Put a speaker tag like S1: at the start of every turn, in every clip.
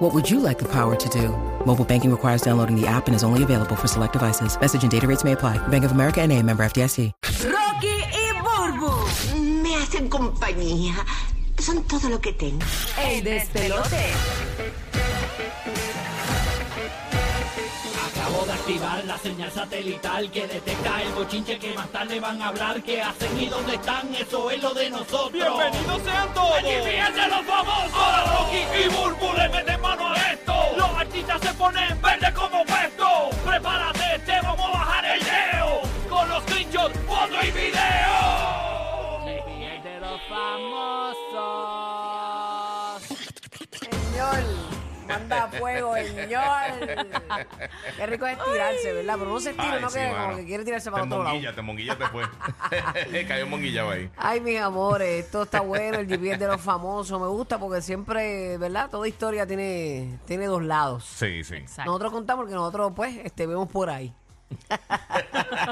S1: What would you like the power to do? Mobile banking requires downloading the app and is only available for select devices. Message and data rates may apply. Bank of America and a member FDIC.
S2: Rocky y Burbu.
S3: Me hacen compañía. Son todo lo que tengo.
S2: El despelote.
S4: Acabo de activar la señal satelital que detecta el bochinche que más tarde van a hablar, que hacen y dónde están, eso es lo de nosotros.
S5: ¡Bienvenidos sean todos!
S4: ¡Aquí fíjense los famosos! Ahora Rocky y Burbu le meten mano a esto. Los artistas se ponen verde como puesto. Prepárate, te vamos a bajar el leo. Con los screenshots, foto y video. de los famosos.
S6: Señor, manda fuego, señor. Qué rico es tirarse, ¿verdad? Pero uno se tira,
S5: Ay,
S6: uno
S5: sí,
S6: que
S5: mano.
S6: como que quiere tirarse para
S5: Te
S6: otro lado.
S5: monguilla, te monguilla te fue. Cayó un monguillao ahí.
S6: Ay, mis amores, esto está bueno, el GPS de los famosos. Me gusta porque siempre, ¿verdad? Toda historia tiene, tiene dos lados.
S5: Sí, sí.
S6: Nosotros contamos porque nosotros, pues, este, vemos por ahí.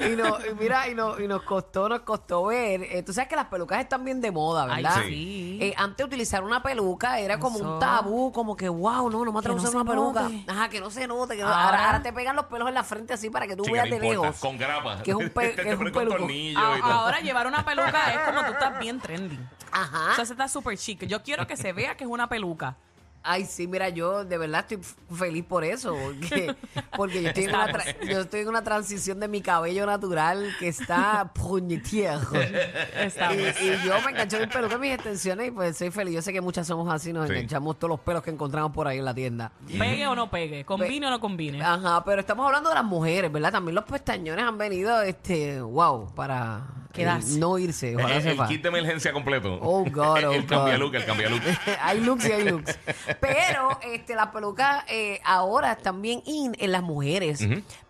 S6: y, no, y mira, y, no- y nos costó, nos costó ver. Eh, tú sabes que las pelucas están bien de moda, ¿verdad?
S5: Ay, sí.
S6: Eh, antes utilizar una peluca era como un tabú, como que, wow, no, no me atrevo a
S7: no
S6: usar
S7: se
S6: una peluca.
S7: note.
S6: Ajá, que no se note. Que no-
S7: Ahora-
S6: ahora, ahora te pegan los pelos en la frente así para que tú
S5: Sí, que
S6: veas
S5: no
S6: de
S5: importa,
S6: lejos.
S5: Con grapas.
S6: Que es un, pe-
S5: Te
S6: que es un
S5: ponen con
S6: peluco. Ah,
S5: tornillo
S7: A-
S5: y todo.
S7: ahora llevar una peluca es como tú estás bien trendy.
S6: Ajá.
S7: O sea, se está súper chic. Yo quiero que se vea que es una peluca.
S6: Ay, sí, mira, yo de verdad estoy f- feliz por eso, porque, porque yo, estoy en una tra- yo estoy en una transición de mi cabello natural que está puñetiejo. Y,
S7: Estamos.
S6: y yo me enganché mi peluca y mis extensiones y pues soy feliz. Yo sé que muchas somos así, nos
S5: Sí.
S6: enganchamos todos los pelos que encontramos por ahí en la tienda.
S7: Pegue o no pegue, combine o no combine.
S6: Ajá, pero estamos hablando de las mujeres, ¿verdad? También los pestañones han venido, este, wow, para eh,
S7: Quedarse.
S6: no irse, ojalá
S5: Eh, El- El
S6: sepa.
S5: kit de emergencia completo.
S6: Oh, God, oh,
S5: El
S6: God.
S5: cambialuca, el cambialuca.
S6: hay looks y hay looks. Pero este, las pelucas eh, ahora están bien in en las mujeres.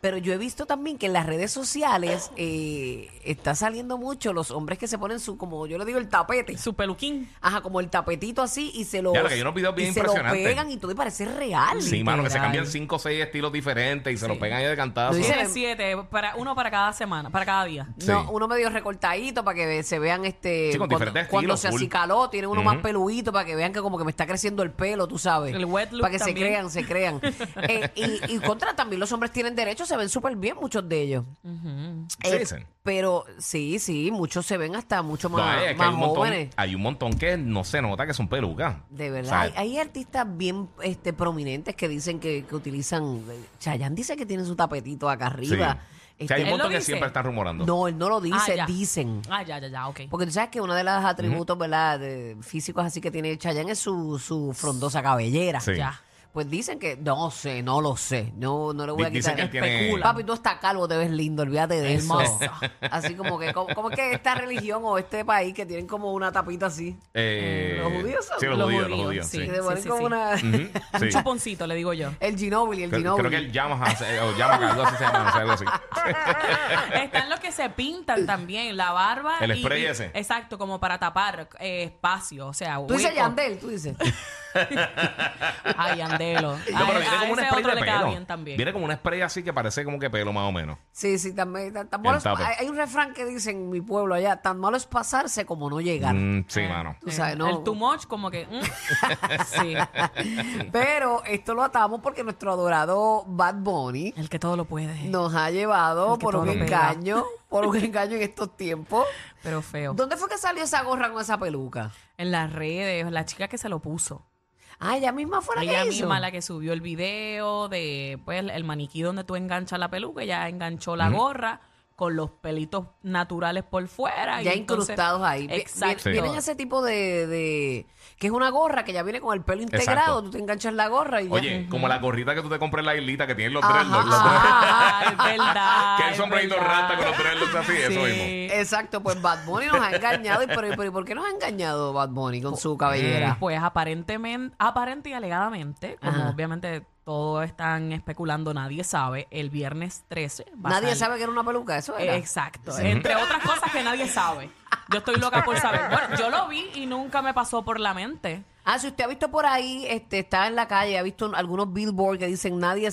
S6: Pero yo he visto también que en las redes sociales eh, está saliendo mucho los hombres que se ponen su, como yo le digo, el tapete.
S7: Su peluquín.
S6: Ajá, como el tapetito así y se lo,
S5: Ya, lo que hay unos videos bien
S6: y se lo
S5: impresionantes.
S6: pegan y todo y parece real.
S5: Sí, mano, que se
S7: literal.
S5: cambian cinco o seis estilos diferentes y se los pegan ahí de cantazo.
S6: Lo hice-
S7: Tiene siete, para, uno para cada semana, para cada día.
S6: No,
S5: Sí.
S6: uno medio recortadito para que ve- se vean este
S5: Sí, con
S6: cuando,
S5: diferentes
S6: cuando
S5: estilos,
S6: se
S5: full.
S6: acicaló, tiene uno más peludito para que vean que como que me está creciendo el pelo, tú sabes.
S7: El wet look
S6: Para que
S7: también.
S6: se crean, se crean. Eh, y, y contra también los hombres tienen derecho, se ven súper bien muchos de ellos.
S5: Sí,
S6: Eh,
S5: dicen.
S6: Pero sí, sí, muchos se ven hasta mucho
S5: No, eh,
S6: más,
S5: es que
S6: más
S5: hay un montón,
S6: jóvenes.
S5: hay un montón que no se nota que son pelucas.
S6: De
S5: O sea,
S6: verdad, hay, hay artistas bien este, prominentes que dicen que, que utilizan. Chayanne dice que tiene su tapetito acá
S5: sí. O
S6: arriba.
S5: sea,
S6: Este,
S5: hay un
S7: Él lo
S5: montón que
S7: dice.
S5: siempre están rumorando.
S6: no, él no lo dice,
S7: Ah, ya.
S6: dicen.
S7: Ah, ya, ya, ya, ok.
S6: Porque tú sabes que uno de los atributos, ¿verdad? de- físicos así que tiene Chayanne es su, su frondosa cabellera.
S5: Sí.
S7: Ya.
S6: Pues dicen que, no sé, no lo sé. No, no le voy a
S5: Di- dicen
S6: quitar.
S5: que él tiene- Especula.
S6: Papi, tú estás calvo, te ves lindo, olvídate de eso.
S7: Hermoso.
S6: Así como que, ¿cómo, cómo es que esta religión o este país que tienen como una tapita así?
S5: Eh,
S6: Mm, Los judíos son-
S5: Sí, los, judíos, los judíos.
S6: Que
S5: Sí.
S6: te ponen
S7: sí, sí,
S6: como
S7: sí.
S6: una.
S5: Ujú,
S7: Un
S5: sí.
S7: chuponcito, le digo yo.
S6: El Ginobili, el
S5: Creo,
S6: Ginobili.
S5: creo que el Yamaha se- o Yamaha, algo así se llama, no sé, algo así.
S7: Están los que se pintan también, la barba.
S5: El
S7: y-
S5: spray
S7: y-
S5: ese.
S7: Exacto, como para tapar eh, espacio, o sea,
S6: Tú dices
S7: hueco.
S6: Yandel, tú dices.
S7: Ay, Andelo.
S5: No, pero viene
S7: a
S5: como un
S7: ese
S5: spray
S7: otro
S5: de
S7: le queda
S5: pelo.
S7: bien también.
S5: Viene como un spray así que parece como que pelo más o menos.
S6: Sí, sí, también. tan- tan
S5: El
S6: malo es-
S5: tape.
S6: hay, hay un refrán que dice en mi pueblo allá: tan malo es pasarse como no llegar.
S5: Mm, sí,
S7: Eh.
S5: mano.
S6: Tú sabes, no.
S7: El too much, como que. mm. sí.
S6: Pero esto lo atamos porque nuestro adorado Bad Bunny
S7: El que todo lo puede.
S6: nos ha llevado
S7: El que
S6: por
S7: todo
S6: un
S7: lo pega.
S6: engaño, por un engaño en estos tiempos.
S7: Pero feo.
S6: ¿Dónde fue que salió esa gorra con esa peluca?
S7: En las redes, la chica que se lo puso.
S6: Ah, ella misma fue la
S7: Ella
S6: que hizo.
S7: misma la que subió el video de pues el maniquí donde tú enganchas la peluca, ya enganchó la gorra con los pelitos naturales por fuera. y
S6: ya
S7: entonces-
S6: incrustados ahí. Vi- vi-
S7: Exacto.
S5: Sí.
S6: Vienen ese tipo de, de- que es una gorra que ya viene con el pelo integrado,
S5: Exacto.
S6: tú te enganchas la gorra y ya.
S5: Oye, como la gorrita que tú te compras en la islita que tiene los
S6: Ajá,
S5: dreadlocks. los
S6: ajá.
S5: dreadlocks.
S7: Ah, es verdad.
S5: Que el
S7: es
S5: sombrerito
S7: verdad.
S5: rasta con los dreadlocks así, eso mismo.
S7: Sí.
S6: Exacto, pues Bad Bunny nos ha engañado. ¿Y pero, pero por qué nos ha engañado Bad Bunny con su cabellera?
S7: Eh, Pues aparentemente, aparente y alegadamente, como
S6: Ah. Ajá.
S7: obviamente Todos están especulando, nadie sabe. El viernes 13 va a
S6: Nadie
S7: salir-
S6: sabe que era una peluca, eso era.
S7: Exacto. Entre otras cosas que nadie sabe. Yo estoy loca por saber. Bueno, yo lo vi y nunca me pasó por la mente.
S6: Ah, si usted ha visto por ahí, este, está en la calle, ha visto algunos billboards que dicen nadie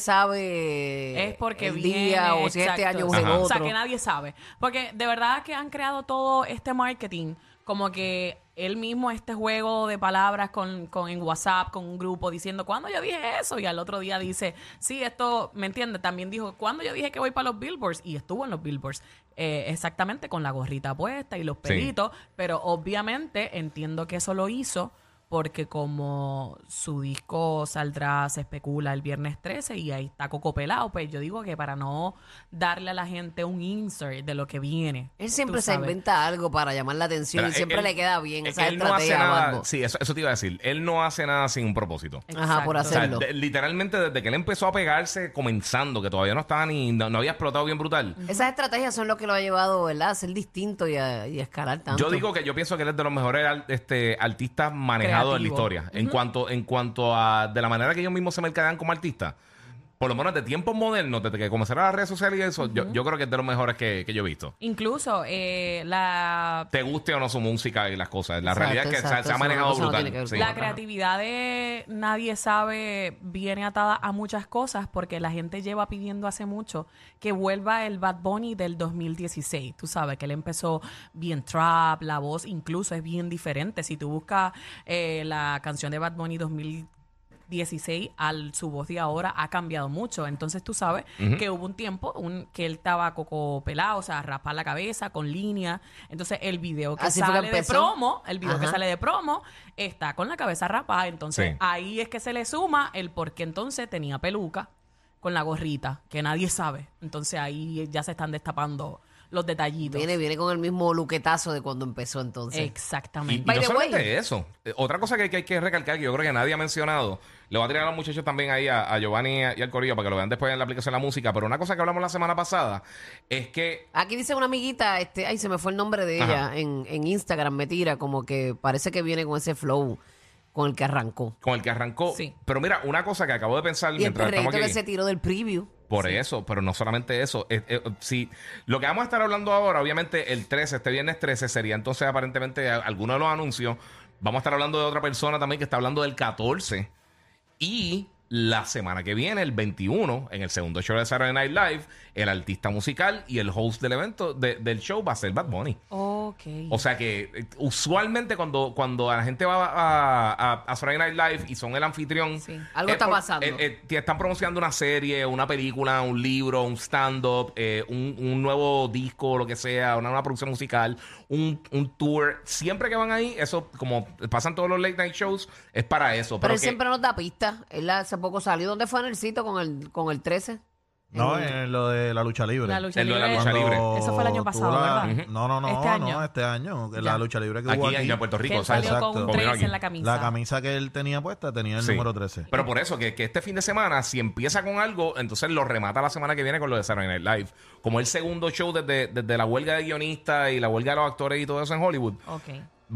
S6: sabe
S7: Es porque
S6: eh, el
S7: viene,
S6: día o si es este
S7: exacto.
S6: año o es el
S5: Ajá.
S6: otro.
S7: O sea, que nadie sabe. Porque de verdad que han creado todo este marketing, como que él mismo este juego de palabras con, con en WhatsApp, con un grupo, diciendo, ¿cuándo yo dije eso? Y al otro día dice, sí, esto, ¿me entiendes? También dijo, ¿cuándo yo dije que voy para los billboards? Y estuvo en los billboards, eh, exactamente con la gorrita puesta y los pelitos, pero obviamente entiendo que eso lo hizo. Porque como su disco saldrá, se especula el viernes 13 y ahí está Coco Pelado, pues yo digo que para no darle a la gente un insert de lo que viene.
S6: él siempre
S7: tú
S6: se
S7: sabes.
S6: inventa algo para llamar la atención
S5: Pero
S6: y siempre
S5: él-
S6: le queda bien
S5: él-
S6: esa
S5: él no hace
S6: estrategia.
S5: nada.
S6: Balbo.
S5: Sí, eso, eso te iba a decir. Él no hace nada sin un propósito.
S6: Ajá, por
S5: O sea,
S6: hacerlo.
S5: de- literalmente desde que él empezó a pegarse, comenzando, que todavía no estaba ni, no, no había explotado bien brutal.
S6: Esas estrategias son lo que lo ha llevado, ¿verdad? A ser distinto y a, y a escalar tanto.
S5: Yo digo que yo pienso que él es de los mejores al- este, artistas manejados en la
S7: Creativo.
S5: historia. En cuanto, en cuanto a de la manera que ellos mismos se mercadean como artistas. Por lo menos de tiempos modernos, desde que comenzaron las redes sociales y eso, yo, yo creo que es de los mejores que, que yo he visto.
S7: Incluso eh, la,
S5: Te guste o no su música y las cosas. La
S6: Exacto,
S5: realidad es que se-
S6: exacto.
S5: se, ha
S6: Eso no-
S5: manejado
S6: eso no
S5: brutal.
S6: tiene que ver
S5: Sí.
S6: con
S7: la
S6: claro.
S7: creatividad de nadie sabe viene atada a muchas cosas porque la gente lleva pidiendo hace mucho que vuelva el Bad Bunny del 2016. Tú sabes que él empezó bien trap, la voz incluso es bien diferente. Si tú buscas eh, la canción de Bad Bunny 2016 al su voz de ahora ha cambiado mucho. Entonces tú sabes que hubo un tiempo un- que él estaba coco pelado, o sea, raspar la cabeza con línea. Entonces el video que
S6: Así fue que
S7: sale de
S6: empezó.
S7: promo, el video que
S6: Ajá.
S7: sale de promo está con la cabeza rapada. Entonces
S5: Sí.
S7: ahí es que se le suma el por qué entonces tenía peluca con la gorrita, que nadie sabe. Entonces ahí ya se están destapando los detallitos.
S6: Viene, viene con el mismo luquetazo de cuando empezó entonces.
S5: Y, y
S7: Exactamente.
S6: By
S5: no
S6: the
S5: solamente
S6: way.
S5: eso, eh, otra cosa que, que hay que recalcar, que yo creo que nadie ha mencionado, le voy a tirar a los muchachos también ahí a, a Giovanni y, a- y al Corillo para que lo vean después en la aplicación de la música, pero una cosa que hablamos la semana pasada es que
S6: Aquí dice una amiguita, este, ay, se me fue el nombre de ella,
S5: Ajá.
S6: en, en Instagram me tira, como que parece que viene con ese flow con el que arrancó.
S5: con el que arrancó,
S7: Sí.
S5: pero mira, una cosa que acabo de pensar
S6: Y el
S5: mientras
S6: perreíto
S5: estamos
S6: que
S5: aquí,
S6: se tiró del preview.
S5: por eso, pero no solamente eso, es- es- si lo que vamos a estar hablando ahora, obviamente el 13, este viernes 13 sería entonces aparentemente a- alguno de los anuncios, vamos a estar hablando de otra persona también que está hablando del 14. Y la semana que viene, el 21, en el segundo show de Saturday Night Live, el artista musical y el host del evento de- del show va a ser Bad Bunny.
S7: Ok.
S5: O sea que eh, usualmente cuando, cuando la gente va a, a, a Saturday Night Live y son el anfitrión,
S7: Sí.
S6: Algo
S5: es
S6: está pasando.
S5: eh, eh, te están pronunciando una serie, una película, un libro, un stand-up, eh, un, un nuevo disco, lo que sea, una nueva producción musical, un, un tour. Siempre que van ahí, eso como pasan todos los late night shows, es para eso.
S6: Pero él
S5: que-
S6: siempre nos da pistas. Él hace poco salió. ¿Dónde fue en el sitio con el, con el 13?
S8: No, en lo de la lucha libre.
S7: La lucha
S5: En lo de la
S7: libre.
S5: lucha libre.
S7: Eso fue el año
S8: tuvo
S7: pasado,
S8: la-
S7: ¿verdad?
S8: No, no, no,
S7: Este año.
S8: no, este año. que
S7: Ya.
S8: La lucha libre que
S5: Aquí,
S8: hubo
S5: aquí en Puerto
S7: Que
S5: Rico,
S7: él
S5: exacto.
S7: salió
S8: exacto.
S7: con un
S5: Como vino
S7: 13 en
S5: aquí.
S7: la camisa.
S8: La camisa que él tenía puesta tenía el
S5: Sí.
S8: número 13.
S5: Pero por eso, que, que este fin de semana, si empieza con algo, entonces lo remata la semana que viene con lo de Saturday Night Live. Como el segundo show desde, desde la huelga de guionistas y la huelga de los actores y todo eso en Hollywood,
S7: Ok.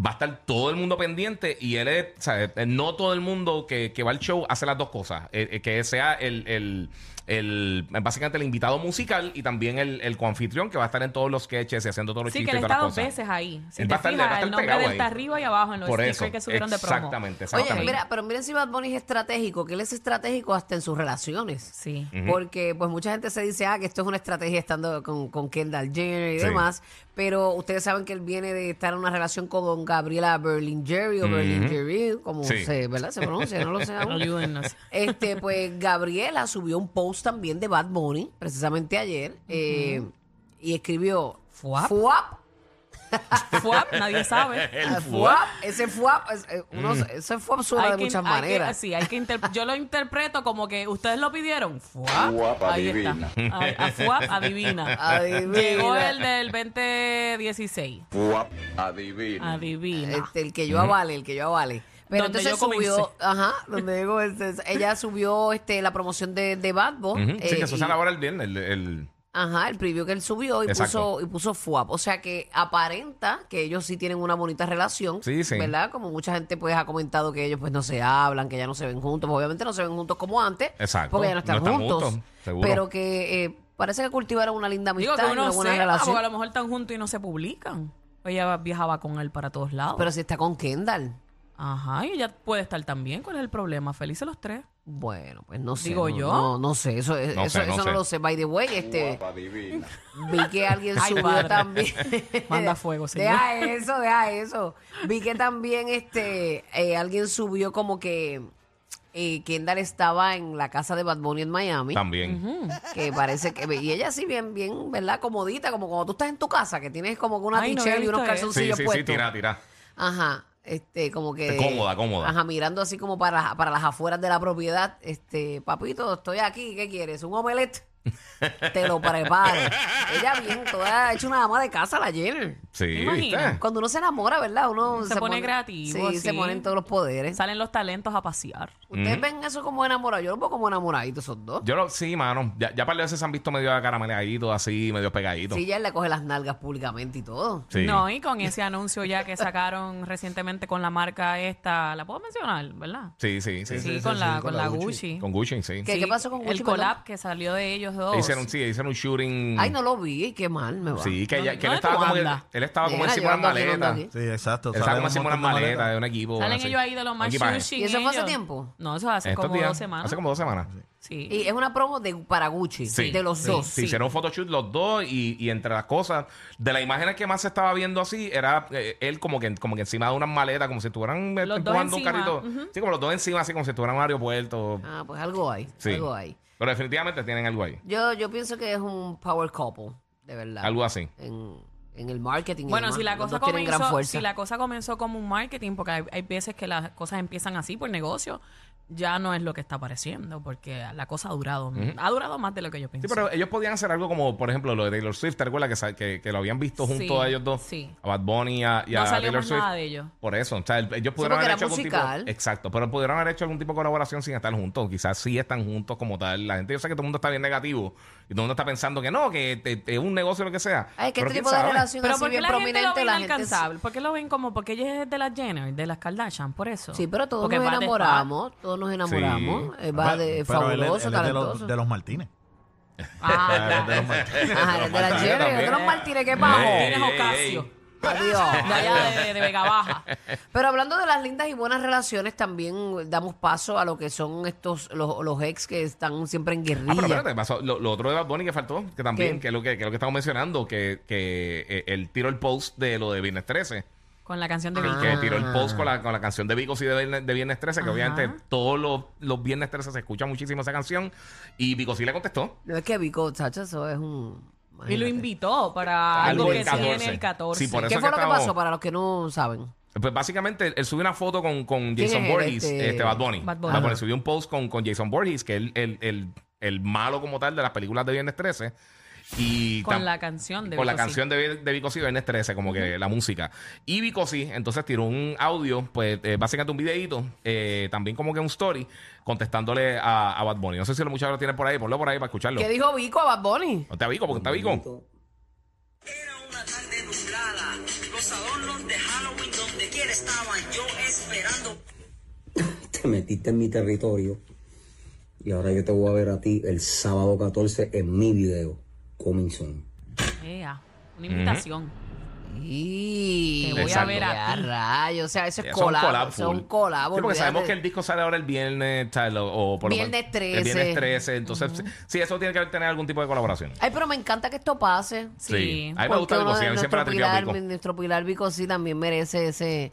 S5: va a estar todo el mundo pendiente y él es, o sea, eh, no todo el mundo que, que va al show hace las dos cosas, Eh, eh, que sea el, el, el- básicamente el invitado musical y también el, el coanfitrión que va a estar en todos los sketches y haciendo todos los
S7: Sí, que
S5: chistes
S7: él
S5: y
S7: está
S5: todas las
S7: dos
S5: cosas.
S7: veces ahí. Si
S5: Él
S7: te
S5: va a estar- él va a
S7: fijas, el
S5: estar
S7: nombre
S5: pegado
S7: de él
S5: ahí.
S7: está arriba y abajo en los
S5: Por
S7: stickers
S5: eso,
S7: que subieron de promo.
S5: exactamente,
S6: Oye,
S5: exactamente.
S6: mira, pero miren si Bad Bunny es estratégico, que él es estratégico hasta en sus relaciones.
S7: Sí.
S6: Porque pues mucha gente se dice, ah, que esto es una estrategia estando con, con Kendall Jenner y
S5: Sí.
S6: demás, pero ustedes saben que él viene de estar en una relación con Gabriela Berlingeri o Berlingeri, como
S5: Sí.
S6: se, ¿verdad? Se pronuncia, no lo sé aún.
S7: Ayúdennos.
S6: Este, pues Gabriela subió un post también de Bad Bunny, precisamente ayer, eh, y escribió
S7: Fuap.
S6: Fuap.
S7: Fuap, nadie sabe.
S5: El
S6: Ah,
S5: fuap.
S6: fuap, Ese fuap, es- eh, uno- ese fuap suena de
S7: Mm. que-
S6: muchas
S7: que-
S6: maneras.
S7: sí, hay que inter- yo lo interpreto como que ustedes lo pidieron. Fuap, ahí está. Ay, a fuap, adivina.
S6: Adivina.
S7: Llegó el del 2016. adivina. Adivina.
S6: Este, el que yo avale, el que yo avale. Pero
S7: Donde
S6: entonces
S7: yo comencé.
S6: subió, ajá, donde yo comencé. ella subió este, la promoción de, de Bad Bunny.
S5: Ujú.
S6: eh,
S5: sí, que eso
S6: y-
S5: sale ahora el viernes, el, el-
S6: Ajá, el preview que él subió y
S5: Exacto.
S6: puso y puso FUAP. O sea que aparenta que ellos sí tienen una bonita relación,
S5: Sí, sí.
S6: ¿verdad? Como mucha gente pues ha comentado que ellos pues no se hablan, que ya no se ven juntos. Pues, obviamente no se ven juntos como antes,
S5: Exacto.
S6: porque ya no están,
S5: No están
S6: juntos.
S5: juntos, seguro.
S6: pero que eh, parece que cultivaron una linda
S7: Digo
S6: amistad,
S7: que uno
S6: una buena
S7: sepa,
S6: relación.
S7: porque a lo mejor están juntos y no se publican. Ella viajaba con él para todos lados.
S6: Pero si está con Kendall,
S7: Ajá, y ella puede estar también. ¿Cuál es el problema? Felices los tres.
S6: bueno, pues no sé.
S7: Digo
S6: no,
S7: yo.
S6: No, no sé, eso, es-
S5: No
S6: eso,
S5: sé, no
S6: eso
S5: sé.
S6: lo sé. By the way, este, vi que alguien
S7: Ay,
S6: subió
S7: padre.
S6: también.
S7: Manda fuego, señor.
S6: Deja eso, deja eso. Vi que también este eh, alguien subió como que eh, Kendall estaba en la casa de Bad Bunny en Miami.
S5: También.
S6: Que parece que. Y ella sí, bien, bien, ¿verdad? Comodita, como cuando tú estás en tu casa, que tienes como que una
S7: Ay, no
S6: t-shirt
S7: había
S6: y unos
S7: visto eso.
S5: Sí,
S6: calzoncillos
S5: sí, sí,
S6: puestos.
S5: tira, tira.
S6: Ajá. Este, como
S7: Eh,
S6: que.
S5: Cómoda, cómoda.
S6: Ajá, mirando así como para, para las afueras de la propiedad. Este, papito, estoy aquí, ¿qué quieres? ¿Un omelette? Te lo preparo. Ella bien, toda hecha una ama de casa, la Jenner.
S5: Sí,
S7: Me
S5: ¿viste?
S7: imagino.
S6: Cuando uno se enamora, ¿verdad? Uno
S7: Se pone creativo,
S6: Sí, se
S7: sí.
S6: ponen todos los poderes.
S7: Salen los talentos a pasear.
S6: Ustedes ven eso como enamorado. Yo lo veo como enamoradito esos dos.
S5: Yo lo, sí, mano. Ya, ya par de veces se han visto medio carameladito, así, medio pegadito.
S6: Sí, ya él le coge las nalgas públicamente y todo.
S5: Sí.
S7: No, y con ese anuncio ya que sacaron recientemente con la marca esta, la puedo mencionar, ¿verdad?
S5: Sí, sí, sí.
S7: Sí,
S5: sí.
S7: con, la, con, la Gucci.
S5: Con Gucci, sí. E
S6: ¿Qué,
S7: Sí,
S6: qué pasó con Gucci?
S7: El
S6: perdón?
S7: collab que salió de ellos dos.
S5: Hicieron, sí, hicieron un shooting.
S6: Ay, no lo vi, qué mal me va.
S5: Mm. Sí, que,
S7: ¿Dónde-
S5: ella- que él
S7: dónde
S5: estaba
S7: tú
S5: como que-
S7: andas?
S5: él estaba como
S6: Mira,
S5: encima de las
S6: yo ando aquí, yo ando
S5: maletas.
S6: aquí.
S5: Él
S8: Sí, exacto.
S5: estaba como
S8: un
S5: encima de las
S8: montón de
S5: maletas de un equipo.
S7: Salen
S5: así.
S7: ellos ahí de los más
S5: Un equipaje.
S7: sushi.
S6: ¿Y eso fue hace
S7: ellos.
S6: tiempo?
S7: No, eso hace
S5: Estos
S7: como
S5: días,
S7: dos semanas.
S5: Hace como dos semanas.
S7: Sí.
S6: Y eh, es una promo de para Gucci,
S5: Sí.
S6: de los
S5: Sí.
S6: dos.
S5: Se
S6: sí.
S5: hicieron photoshoot los dos y, y entre las cosas, de las imágenes que más se estaba viendo así, era eh, él como que, como que encima de unas maletas, como si estuvieran eh,
S7: Los dos
S5: empujando un
S7: encima,
S5: carrito.
S7: ujú.
S5: Sí, como los dos encima, así como si estuvieran en un aeropuerto.
S6: Ah, pues algo hay,
S5: sí.
S6: algo hay.
S5: Pero definitivamente tienen algo ahí.
S6: Yo, yo pienso que es un power couple, de verdad.
S5: Algo así.
S6: En, en el marketing. y
S7: Bueno,
S6: demás.
S7: si la,
S6: Los
S7: cosa
S6: dos tienen gran
S7: comenzó,
S6: fuerza.
S7: si la cosa comenzó como un marketing, porque hay, hay veces que las cosas empiezan así por negocio, ya no es lo que está pareciendo, porque la cosa ha durado, ha durado más de lo que yo
S5: Sí,
S7: pensé.
S5: pero ellos podían hacer algo como, por ejemplo, lo de Taylor Swift. ¿Te recuerdas que, sa- que, que lo habían visto
S7: Sí,
S5: junto a ellos dos?
S7: sí.
S5: A Bad Bunny y a, y
S7: no
S5: a
S7: salió
S5: Taylor
S7: más
S5: Swift.
S7: nada de ellos.
S5: Por eso, o sea, el- ellos pudieron
S6: porque
S5: haber
S6: era
S5: hecho algún
S6: musical.
S5: tipo, exacto, pero pudieron haber hecho algún tipo de colaboración sin estar juntos, quizás sí están juntos como tal. La gente, yo sé que todo el mundo está bien negativo y todo el mundo está pensando que no, que te- te- es un negocio lo que sea.
S6: Ay, que
S5: Pero
S6: este
S5: quién
S6: tipo de
S5: sabe.
S6: relación
S7: Pero
S6: así
S7: ¿por qué
S6: bien
S7: la gente lo
S6: prominente
S7: ve
S6: la gente es-
S7: inalcanzable? ¿Por qué lo ven como? Porque ella es de las Jenner, de las Kardashian, por eso.
S6: Sí, pero todos
S7: Porque
S6: nos
S7: va de
S6: enamoramos, todos nos enamoramos. Eh, va
S8: Pero-
S6: de
S8: pero él-
S6: fabuloso,
S8: él es de los-
S6: talentoso.
S8: de los Martínez.
S7: spa. Ah,
S8: de los Martínez.
S6: Ajá, el de la
S5: Martínez
S6: Jerry, el de
S5: también.
S6: los Martínez, qué
S7: claro.
S6: bajo.
S5: Ey,
S7: Martínez
S5: ey,
S7: Ocasio.
S5: ey.
S7: De
S6: Adiós.
S7: allá de, de Vega Baja.
S6: Pero hablando de las lindas y buenas relaciones, también damos paso a lo que son estos, los, los ex que están siempre en guerrilla.
S5: Ah, pero espérate, pasó lo, lo otro de Bad Bunny que faltó, que también,
S6: ¿Qué?
S5: que es lo que, que es lo que estamos mencionando, que, que eh, él tiró el post de lo de Viernes 13.
S7: Con la canción de
S5: que
S7: Vicky.
S5: tiró el post con la, con la canción de Vicos y de Viernes, de Viernes 13, que
S7: Ajá.
S5: obviamente todos los, los Viernes 13 se escucha muchísimo esa canción, y Vicos le contestó.
S6: No es que Vico, chacho, eso es un...
S7: Y lo
S6: imagínate.
S7: invitó para algo
S5: Algo
S7: que
S5: del 14.
S7: tiene el 14.
S5: Sí, por eso
S6: ¿Qué
S5: es
S6: fue
S5: que
S6: lo que
S5: estábamos-
S6: pasó para los que no saben?
S5: Pues básicamente él, él subió una foto con, con
S6: ¿Quién
S5: Jason
S6: es él,
S5: Borges, este,
S6: este?
S5: Bad Bunny.
S7: Bad Bunny.
S5: Bad Bunny
S7: Ajá.
S5: subió un post con, con Jason Borges, que es el, el, el- el malo como tal de las películas de Viernes 13. Y
S7: Con
S5: tam-
S7: la canción de
S5: con la
S7: Vico, sí.
S5: canción de, de Vico C, Viernes 13, como que la música. Y Vico C, entonces tiró un audio, pues eh, básicamente un videíto, eh, también como que un story, contestándole a, a Bad Bunny. No sé si los muchachos lo tienen por ahí, ponlo por ahí para escucharlo.
S6: ¿Qué dijo Vico a Bad Bunny?
S5: No está Vico, porque está Vico.
S9: Era una tarde nublada, los adornos de Halloween donde quiera estaban, yo esperando
S10: te metiste en mi territorio y ahora yo te voy a ver a ti el sábado 14 en mi video. Coming soon.
S7: Ea, una invitación.
S6: Y
S7: Te
S5: voy a ver
S7: a ti.
S6: rayos, o sea, eso es
S5: Son
S6: colab, son
S5: full.
S6: colab.
S5: Sí, porque sabemos
S6: olvídate.
S5: que el disco sale ahora el viernes, tal, o, o por lo menos-
S6: Viernes
S5: El
S6: 13.
S5: viernes 13. Entonces, sí, sí, eso tiene que tener algún tipo de colaboración.
S6: Ay, pero me encanta que esto pase.
S7: Sí.
S5: A mí me
S6: Porque
S5: gusta Vico,
S6: uno
S5: sí,
S6: de
S5: a mí siempre la
S6: nuestro
S5: tripeado
S6: Pilar,
S5: Vico.
S6: mi- nuestro Pilar Vico sí también merece ese,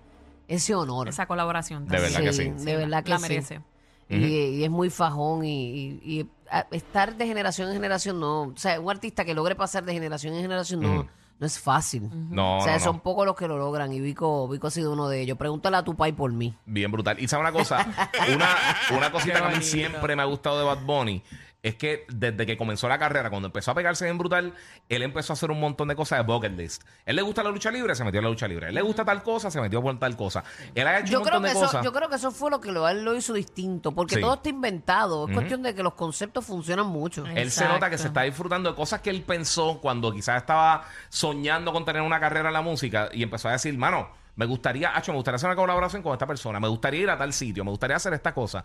S6: ese honor.
S7: Esa colaboración.
S5: De
S7: también.
S5: verdad que sí.
S6: De verdad que
S7: la
S6: sí.
S7: merece.
S6: Y, y es muy fajón y, y- y, ah, estar de generación en generación no, o sea, un artista que logre pasar de generación en generación no, no es fácil.
S5: No,
S6: o sea,
S5: no, no.
S6: son pocos los que lo logran y Vico, Vico ha sido uno de ellos. Pregúntale a tu pai por mí.
S5: Bien brutal. Y sabe una cosa, una, una cosita que a mí siempre me ha gustado de Bad Bunny es que desde que comenzó la carrera, cuando empezó a pegarse en brutal, él empezó a hacer un montón de cosas de bucket list. Él le gusta la lucha libre, se metió a la lucha libre. Él le gusta tal cosa, se metió por tal cosa. Él ha hecho
S6: Yo
S5: un
S6: creo,
S5: montón
S6: que
S5: de
S6: eso,
S5: cosas.
S6: yo creo que eso fue lo que lo, él lo hizo distinto, porque
S5: Sí.
S6: todo está inventado. Es
S5: Ujú.
S6: cuestión de que los conceptos funcionan mucho.
S5: Él se nota que se
S7: Exacto.
S5: está disfrutando de cosas que él pensó cuando quizás estaba soñando con tener una carrera en la música y empezó a decir, mano, me gustaría, acho, me gustaría hacer una colaboración con esta persona, me gustaría ir a tal sitio, me gustaría hacer esta cosa.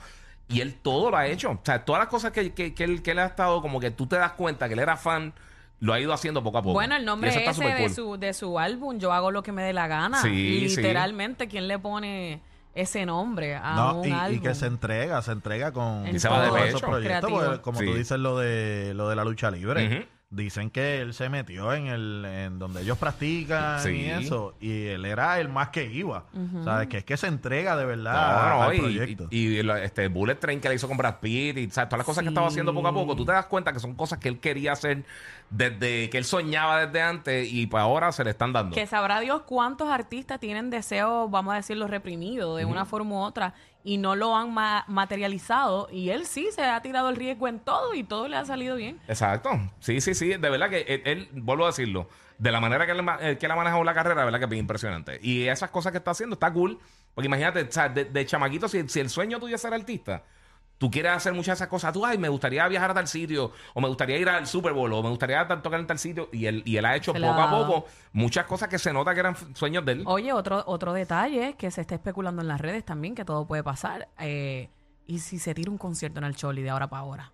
S5: Y él todo lo ha hecho. O sea, todas las cosas que, que- que él, que él ha estado, como que tú te das cuenta que él era fan, lo ha ido haciendo poco a poco.
S7: Bueno, el nombre
S5: Y eso
S7: ese
S5: está súper
S7: de,
S5: cool.
S7: su, de su álbum, Yo hago lo que me dé la gana.
S5: Sí, sí.
S7: Literalmente, ¿quién le pone ese nombre a
S8: No,
S7: un
S8: y,
S7: álbum?
S8: y que se entrega, se entrega con
S7: En
S5: se va de
S8: todos esos
S5: pecho.
S8: proyectos.
S7: Creativo.
S8: porque como tú
S5: Sí.
S8: dices lo de lo de la lucha libre,
S5: Ujú.
S8: dicen que él se metió en el en donde ellos practican
S5: Sí.
S8: y eso, y él era el más que iba. ¿Sabes? Que es que se entrega de verdad
S5: No, no,
S8: al
S5: y-
S8: proyecto.
S5: y, y lo- este Bullet Train que le hizo con Brad Pitt y o sea, todas las cosas que
S7: Sí.
S5: estaba haciendo poco a poco, tú te das cuenta que son cosas que él quería hacer desde que él soñaba desde antes y pues ahora se le están dando.
S7: Que sabrá Dios cuántos artistas tienen deseos, vamos a decirlo, reprimidos de una forma u otra y no lo han ma- materializado. Y él sí se ha tirado el riesgo en todo y todo le ha salido bien.
S5: Exacto. Sí, sí, sí. De verdad que él, él- vuelvo a decirlo, de la manera que él, ma- eh, que él ha manejado la carrera, de verdad que es impresionante. Y esas cosas que está haciendo está cool. Porque imagínate, o sea, de, de chamaquito, si, si el sueño tuyo es ser artista, tú quieres hacer muchas de esas cosas. Tú, ay, me gustaría viajar a tal sitio, o me gustaría ir al Super Bowl, o me gustaría ta- tocar en tal sitio. Y él, y él ha hecho
S7: Se la
S5: poco
S7: ha
S5: a
S7: dado.
S5: poco muchas cosas que se nota que eran f- sueños de él.
S6: Oh.
S7: Oye, otro, otro detalle que se está especulando en las redes también, que todo puede pasar. eh, ¿Y si se tira un concierto en el Choli de ahora para ahora?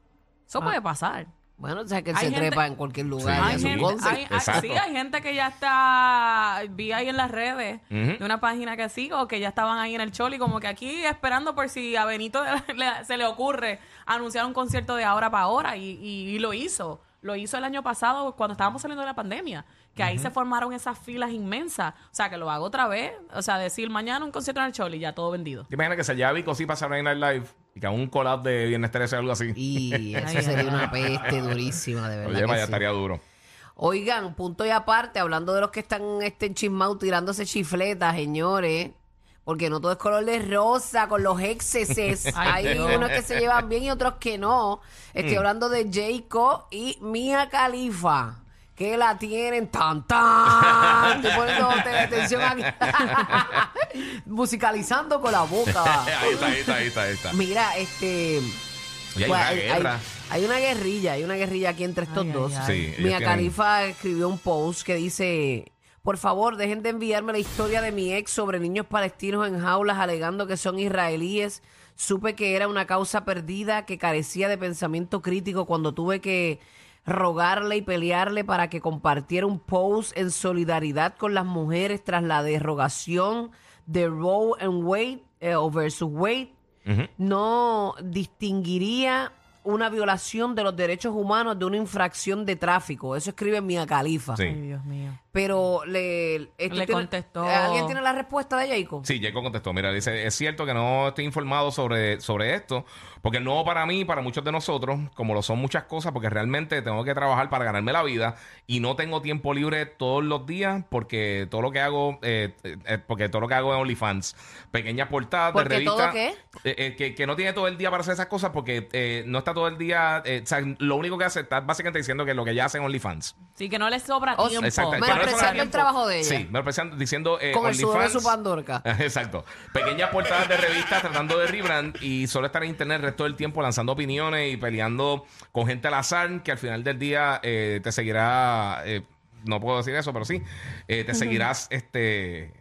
S7: Eso puede pasar.
S6: Bueno, o sea, que él
S7: Hay
S6: se
S7: gente-
S6: trepa en cualquier lugar.
S5: Sí.
S6: y
S7: Hay
S6: hace un
S7: gente,
S6: concert.
S7: hay- hay-
S5: Exacto.
S7: sí, hay gente que ya está, vi ahí en las redes, de
S5: Ujú.
S7: una página que sigo, que ya estaban ahí en el Choli, como que aquí esperando por si a Benito le- se le ocurre anunciar un concierto de ahora para ahora, y, y- y lo hizo. Lo hizo el año pasado cuando estábamos saliendo de la pandemia, que ahí se formaron esas filas inmensas. O sea, que lo hago otra vez. O sea, decir mañana un concierto en el Choli, ya todo vendido.
S5: ¿Te imaginas que se lleva Vico sí para Saturday Night Live y que haga un collab de Viernes 13 o algo así?
S6: Y eso
S7: Ay,
S6: sería
S7: ay,
S6: una
S7: ay.
S6: peste durísima, de verdad.
S5: Oye,
S6: que
S5: vaya,
S6: sí.
S5: estaría duro.
S6: Oigan, punto y aparte, hablando de los que están este, enchismados tirándose chifletas, señores. Porque no todo es color de rosa con los exceses.
S7: Ay,
S6: Hay
S7: Dios.
S6: unos que se llevan bien y otros que no. Estoy
S5: Mm.
S6: hablando de Jayco y Mia Khalifa. Que la tienen tan tan. Estoy poniendo atención aquí. Musicalizando con la boca.
S5: Ahí está, ahí está, ahí está, ahí está.
S6: Mira, este.
S5: Y hay
S6: pues,
S5: una guerra.
S6: hay una guerrilla, hay una guerrilla aquí entre estos
S7: Ay, ay,
S6: dos.
S7: ay.
S5: Sí, ellos
S6: Mia
S5: tienen-
S6: Khalifa escribió un post que dice: Por favor, dejen de enviarme la historia de mi ex sobre niños palestinos en jaulas alegando que son israelíes. Supe que era una causa perdida, que carecía de pensamiento crítico cuando tuve que rogarle y pelearle para que compartiera un post en solidaridad con las mujeres tras la derogación de Roe and Wade eh, o versus Wade no distinguiría una violación de los derechos humanos de una infracción de tráfico. Eso escribe Mia Khalifa.
S5: Sí.
S7: Ay, Dios mío.
S6: Pero le, esto
S7: Le contestó.
S6: ¿Alguien tiene la respuesta de Jacob?
S5: Sí, Jacob contestó. Mira, dice, es cierto que no estoy informado sobre, sobre esto, porque no para mí, para muchos de nosotros, como lo son muchas cosas, porque realmente tengo que trabajar para ganarme la vida y no tengo tiempo libre todos los días porque todo lo que hago, eh, eh, porque todo lo que hago es OnlyFans. Pequeñas portadas de
S6: ¿Porque todo
S5: revistas.
S6: qué?
S5: Eh, eh, que, que no tiene todo el día para hacer esas cosas porque eh, no está todo el día, eh, o sea, lo único que hace está básicamente diciendo que lo que ya hacen OnlyFans.
S7: Sí, que no les sobra
S6: O-
S7: tiempo.
S5: Exacto.
S7: Pero
S5: Menospreciando
S7: eso da
S5: el
S7: tiempo.
S6: trabajo de ella.
S5: Sí, me representan diciendo eh,
S6: Con el sudor de
S5: OnlyFans. eh,
S6: su pandorca.
S5: Exacto. Pequeñas portadas de revistas tratando de rebrand y solo estar en internet el resto del tiempo lanzando opiniones y peleando con gente al azar que al final del día eh, te seguirá. eh, no puedo decir eso, pero sí. eh, te seguirás este.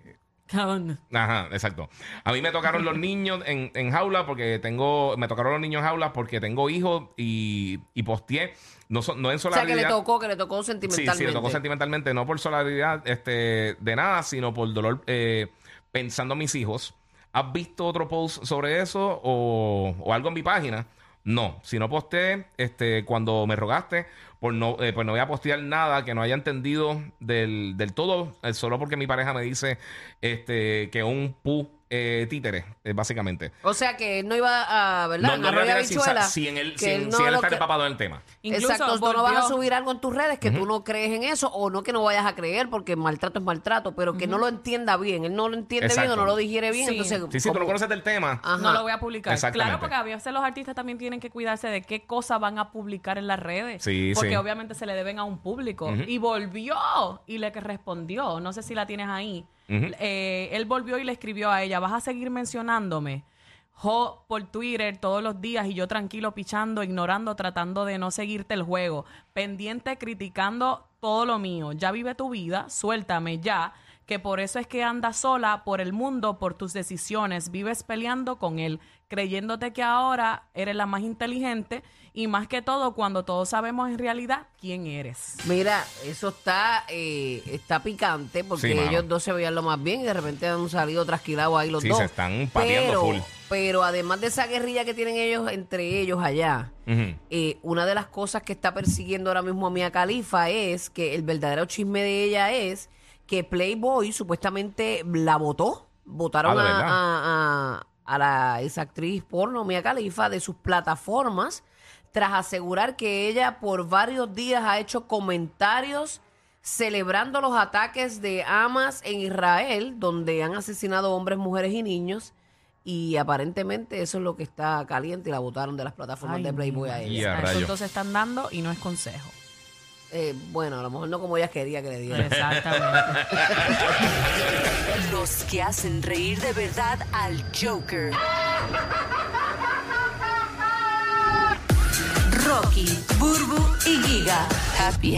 S7: Cabrón.
S5: Ajá, exacto. A mí me tocaron los niños en, en jaula porque tengo, me tocaron los niños en jaula porque tengo hijos y, y posteé, no, so- no en
S6: O sea, que le
S5: solidaridad.
S6: tocó, que le tocó
S5: sí,
S6: sentimentalmente.
S5: sí, le tocó sentimentalmente, no por solidaridad este, de nada, sino por dolor eh, pensando en mis hijos. ¿Has visto otro post sobre eso o, o algo en mi página? No, si no posté, este, cuando me rogaste, por no, eh, pues no voy a postear nada que no haya entendido del, del todo, eh, solo porque mi pareja me dice este, que un pu eh, títeres, eh, básicamente.
S6: O sea que él no iba a, ¿verdad?
S5: No, no le
S6: Arroyo
S5: voy a decir
S6: habichuela,
S5: si en él,
S6: que
S5: si en-
S6: no
S5: si él
S6: lo
S5: está
S6: que-
S5: empapado en el tema.
S7: Incluso
S6: Exacto, tú no vas a
S7: volvió-
S6: subir algo en tus redes que tú no crees en eso o no que no vayas a creer porque maltrato es maltrato, pero que no lo entienda bien. Él no lo entiende bien o
S5: Exacto.
S6: no lo digiere bien.
S7: Sí.
S6: Entonces,
S5: Si sí, tú no
S6: como-
S5: conoces del tema,
S6: Ajá.
S7: No lo voy a publicar. Claro,
S5: Exactamente.
S7: porque a veces los artistas también tienen que cuidarse de qué cosas van a publicar en las redes.
S5: Sí,
S7: porque
S5: sí.
S7: obviamente se le deben a un público. Y volvió y le que respondió. No sé si la tienes ahí. Eh, él volvió y le escribió a ella: Vas a seguir mencionándome. Jo, por Twitter todos los días y yo tranquilo pichando, ignorando, tratando de no seguirte el juego, pendiente, criticando todo lo mío. Ya vive tu vida, suéltame ya, que por eso es que andas sola por el mundo, por tus decisiones, vives peleando con él, creyéndote que ahora eres la más inteligente y más que todo cuando todos sabemos en realidad quién eres.
S6: Mira, eso está eh, está picante porque
S5: Sí, mano.
S6: ellos dos se veían lo más bien y de repente han salido trasquilados ahí los
S5: Sí,
S6: dos.
S5: se están pateando
S6: pero,
S5: full.
S6: Pero además de esa guerrilla que tienen ellos entre ellos allá,
S5: Ujú.
S6: eh, una de las cosas que está persiguiendo ahora mismo a Mia Khalifa es que el verdadero chisme de ella es que Playboy supuestamente la votó. Votaron
S5: Ah, ¿de
S6: a-
S5: verdad?
S6: a, a- a la ex actriz porno Mia Khalifa de sus plataformas tras asegurar que ella por varios días ha hecho comentarios celebrando los ataques de Hamas en Israel, donde han asesinado hombres, mujeres y niños. Y aparentemente eso es lo que está caliente y la votaron de las plataformas
S7: Ay,
S6: de Playboy a
S7: mi
S5: Y
S6: ella.
S5: a
S7: madre.
S5: rayo.
S7: Eso entonces están dando y no es consejo.
S6: Eh, bueno, a lo mejor no como ella quería que le diera.
S7: Exactamente.
S2: Los que hacen reír de verdad al Joker. Rocky, Burbu y Giga. Happy,